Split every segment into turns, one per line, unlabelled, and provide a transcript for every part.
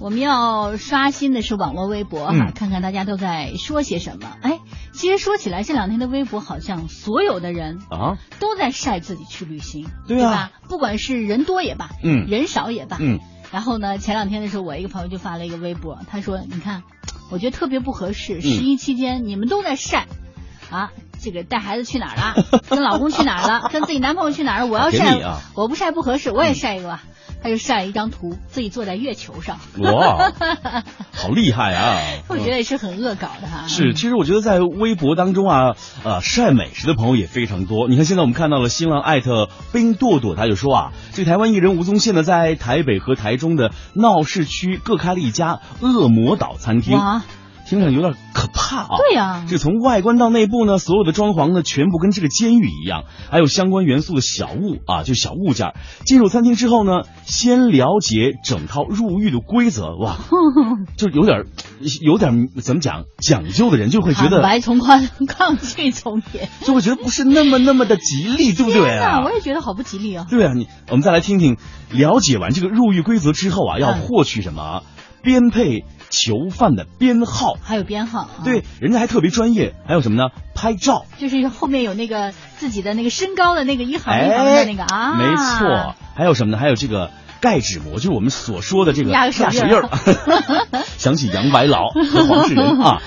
我们要刷新的是网络微博哈，
嗯
看看大家都在说些什么。哎，其实说起来，这两天的微博好像所有的人
啊，
都在晒自己去旅行，
对啊
吧？不管是人多也罢，
嗯
人少也罢，
嗯，
然后呢，前两天的时候，我一个朋友就发了一个微博，他说：“你看，我觉得特别不合
嗯
适，十一期间你们都在晒，啊，这个带孩子去哪儿 了，跟老公去哪儿了，跟自己男朋友去哪儿了，我要
给
晒，
你啊嗯
我不晒不合适，我也晒一个吧。啊他就晒了一张图，自己坐在月球上，
哇，啊 好厉害啊！嗯
我觉得也是很恶搞的哈。
是，其实我觉得在微博当中啊，呃，晒美食的朋友也非常多。你看，现在我们看到了新浪艾特冰剁剁，他就说啊，这台湾艺人吴宗宪呢，在台北和台中的闹市区各开了一家恶魔岛餐厅，
哇，
听上去有点可怕啊。
对呀、
这从外观到内部呢，所有的装潢呢，全部跟这个监狱一样，还有相关元素的小物啊，就小物件儿。进入餐厅之后呢，先了解整套入狱的规则， 哇，就有点儿有点儿怎么讲讲究的人就会觉
坦
得
啊白从宽， 抗拒从严。
就会觉得不是那么那么的吉利，对不对
天呐，
啊
我？也觉得好不吉利哦。
对啊，你我们再来听听，了解完这个入狱规则之后啊，要
嗯
获取什么啊？编配囚犯的编号。
还有编号、啊，
对，人家还特别专业，还有什么呢？拍照，
就是后面有那个自己的那个身高的那个一行一行的那个啊，
哎没错，，还有什么呢？还有这个盖指模，就是我们所说的这个
压
压
个手
手
印儿
印儿。 想起杨白劳和黄世仁啊，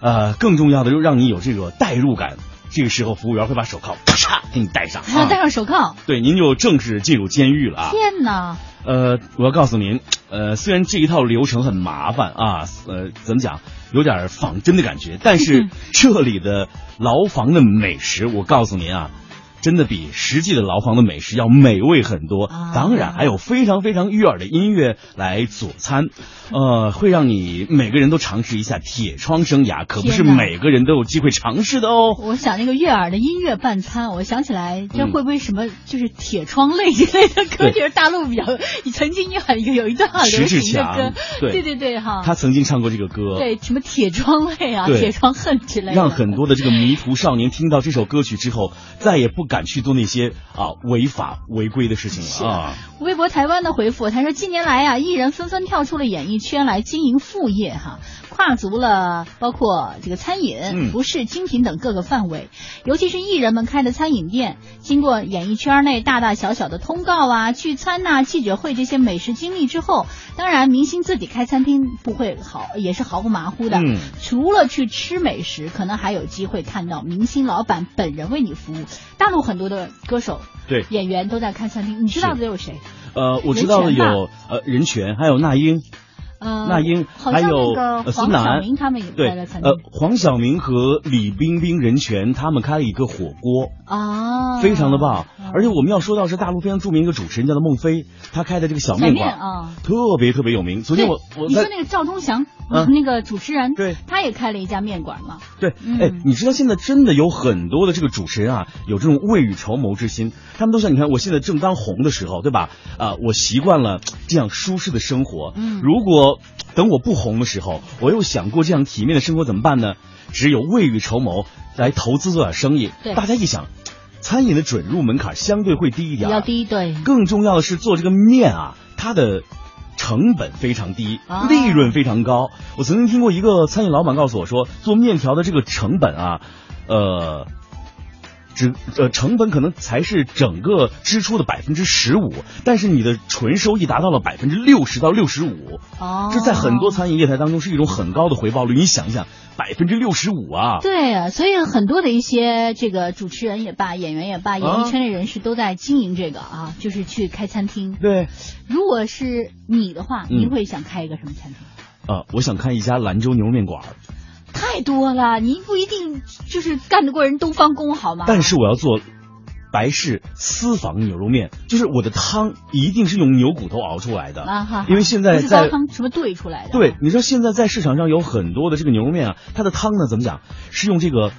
呃，更重要的就是让你有这个代入感。这个时候，服务员会把手铐咔嚓给你戴上
还要
啊
戴，上手铐。
对，您就正式进入监狱了啊。
天哪，
呃，我要告诉您，呃，虽然这一套流程很麻烦啊，呃，怎么讲，有点仿真的感觉，但
嗯
是这里的牢房的美食，我告诉您啊。真的比实际的牢房的美食要美味很多
啊，
当然还有非常非常悦耳的音乐来佐餐，呃，会让你每个人都尝试一下铁窗生涯，可不是
天哪
每个人都有机会尝试的哦。
我想那个悦耳的音乐伴餐，我想起来这
嗯
会不会什么就是铁窗泪之类的歌？
对
这是大陆比较曾经也很有一段很流
石嗯志
行的歌
强，对
对对对哈，
他曾经唱过这个歌，
哦对什么铁窗泪啊、
对
铁窗恨之类的，
让很多的这个迷途少年听到这首歌曲之后，再也不敢去做那些啊违法违规的事情了啊。
微博台湾的回复，他说近年来啊，艺人纷纷跳出了演艺圈来经营副业哈，跨足了包括这个餐饮、
嗯
服饰、精品等各个范围，尤其是艺人们开的餐饮店，经过演艺圈内大大小小的通告啊、聚餐呐、记者会这些美食经历之后，当然明星自己开餐厅不会好，也是毫不马虎的。
嗯
除了去吃美食，可能还有机会看到明星老板本人为你服务。大陆很多的歌手、
对，
演员都在开餐厅，你知道的有谁？
呃，我知道的有呃任泉，还有那英，
呃，
那英
好像
还有
那个
呃
黄
孙楠
晓明他们也
对，
开了餐厅
呃黄晓明和李冰冰、任泉他们开了一个火锅，
啊，
非常的棒
嗯。
而且我们要说到是大陆非常著名一个主持人叫做孟非，他开的这个小
小
面
面
馆
啊。
特别特别有名。昨天我
对
我
你说
在
那个赵忠祥，
嗯
那个主持人，
对，
他也开了一家面馆嘛。
对，
嗯
哎，你知道现在真的有很多的这个主持人啊，有这种未雨绸缪之心。他们都像你看，我现在正当红的时候，对吧？啊、我习惯了这样舒适的生活。
嗯
如果等我不红的时候，我又想过这样体面的生活，怎么办呢？只有未雨绸缪来投资做点生意。
对
大家一想，餐饮的准入门槛相对会低一
比
点，
较。低，对，
更重要的是做这个面啊，它的成本非常低
啊，
利润非常高。我曾经听过一个餐饮老板告诉我说，做面条的这个成本啊，呃。只呃成本可能才是整个支出的百分之十五，但是你的纯收益达到了百分之六十到六十五，
哦，
这在很多餐饮业态当中是一种很高的回报率。你想一想，百分之六十五啊，
对啊，所以很多的一些这个主持人也罢，演员也
啊
罢，演艺圈内人士都在经营这个啊，就是去开餐厅。
对，
如果是你的话，
嗯
你会想开一个什么餐厅？
呃，我想开一家兰州牛肉面馆儿，
太多了，你不一定就是干得过人东方宫好吗？
但是我要做白氏私房牛肉面，就是我的汤一定是用牛骨头熬出来的，
啊哈，
因为现
不
在
是高
在。
汤啊什么兑出来的？
对，你知道现在在市场上有很多的这个牛肉面啊，它的汤呢怎么讲，是用这个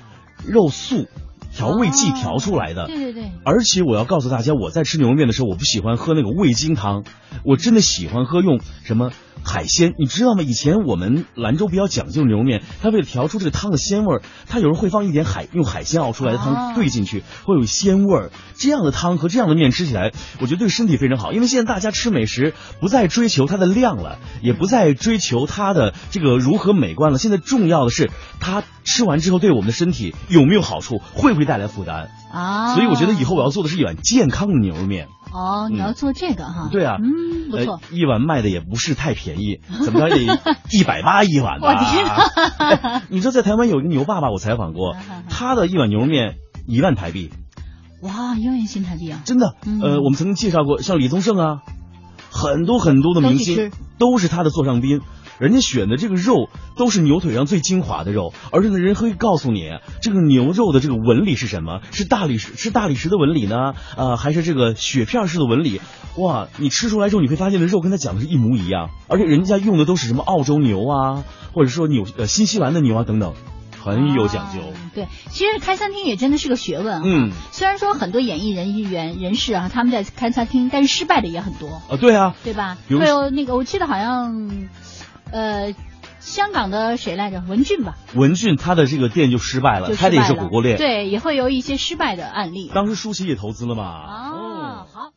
肉素调味剂
哦
调出来的。
对对对，
而且我要告诉大家，我在吃牛肉面的时候，我不喜欢喝那个味精汤，我真的喜欢喝用什么海鲜，你知道吗？以前我们兰州比较讲究牛肉面，它为了调出这个汤的鲜味儿，它有时候会放一点海，用海鲜熬出来的
哦
汤兑进去，会有鲜味儿。这样的汤和这样的面吃起来，我觉得对身体非常好。因为现在大家吃美食不再追求它的量了，也不再追求它的这个如何美观了。现在重要的是它吃完之后对我们的身体有没有好处，会不会带来负担。
啊，
所以我觉得以后我要做的是一碗健康的牛肉面。
哦，你要做这个哈，
对啊，
嗯，不错
呃，一碗卖的也不是太便宜，怎么着也一百八一碗吧。
我天，
哎你知道在台湾有一个牛爸爸，我采访过
啊
他的一碗牛肉面一万台币，
哇，一万元新台币啊，
真的。
嗯
呃，我们曾经介绍过，像李宗盛啊，很多很多的明
都去
星
吃
都是他的座上宾。人家选的这个肉都是牛腿上最精华的肉，而且呢，人会告诉你这个牛肉的这个纹理是什么，是大理石是大理石的纹理呢，呃，还是这个雪片式的纹理？哇，你吃出来之后，你会发现这肉跟他讲的是一模一样，而且人家用的都是什么澳洲牛啊，或者说纽呃新西兰的牛啊等等，很有讲究。
啊对，其实开餐厅也真的是个学问啊。
嗯，
虽然说很多演艺人员人士啊，他们在开餐厅，但是失败的也很多，
啊、对啊，
对吧？
比如
会有那个，我记得好像，呃，香港的谁来着？文俊吧，
文俊他的这个店就失败了，
就失
开的也
败
是
了
火锅店。
对，也会有一些失败的案例。
当时舒淇也投资了嘛。
啊，
哦
好。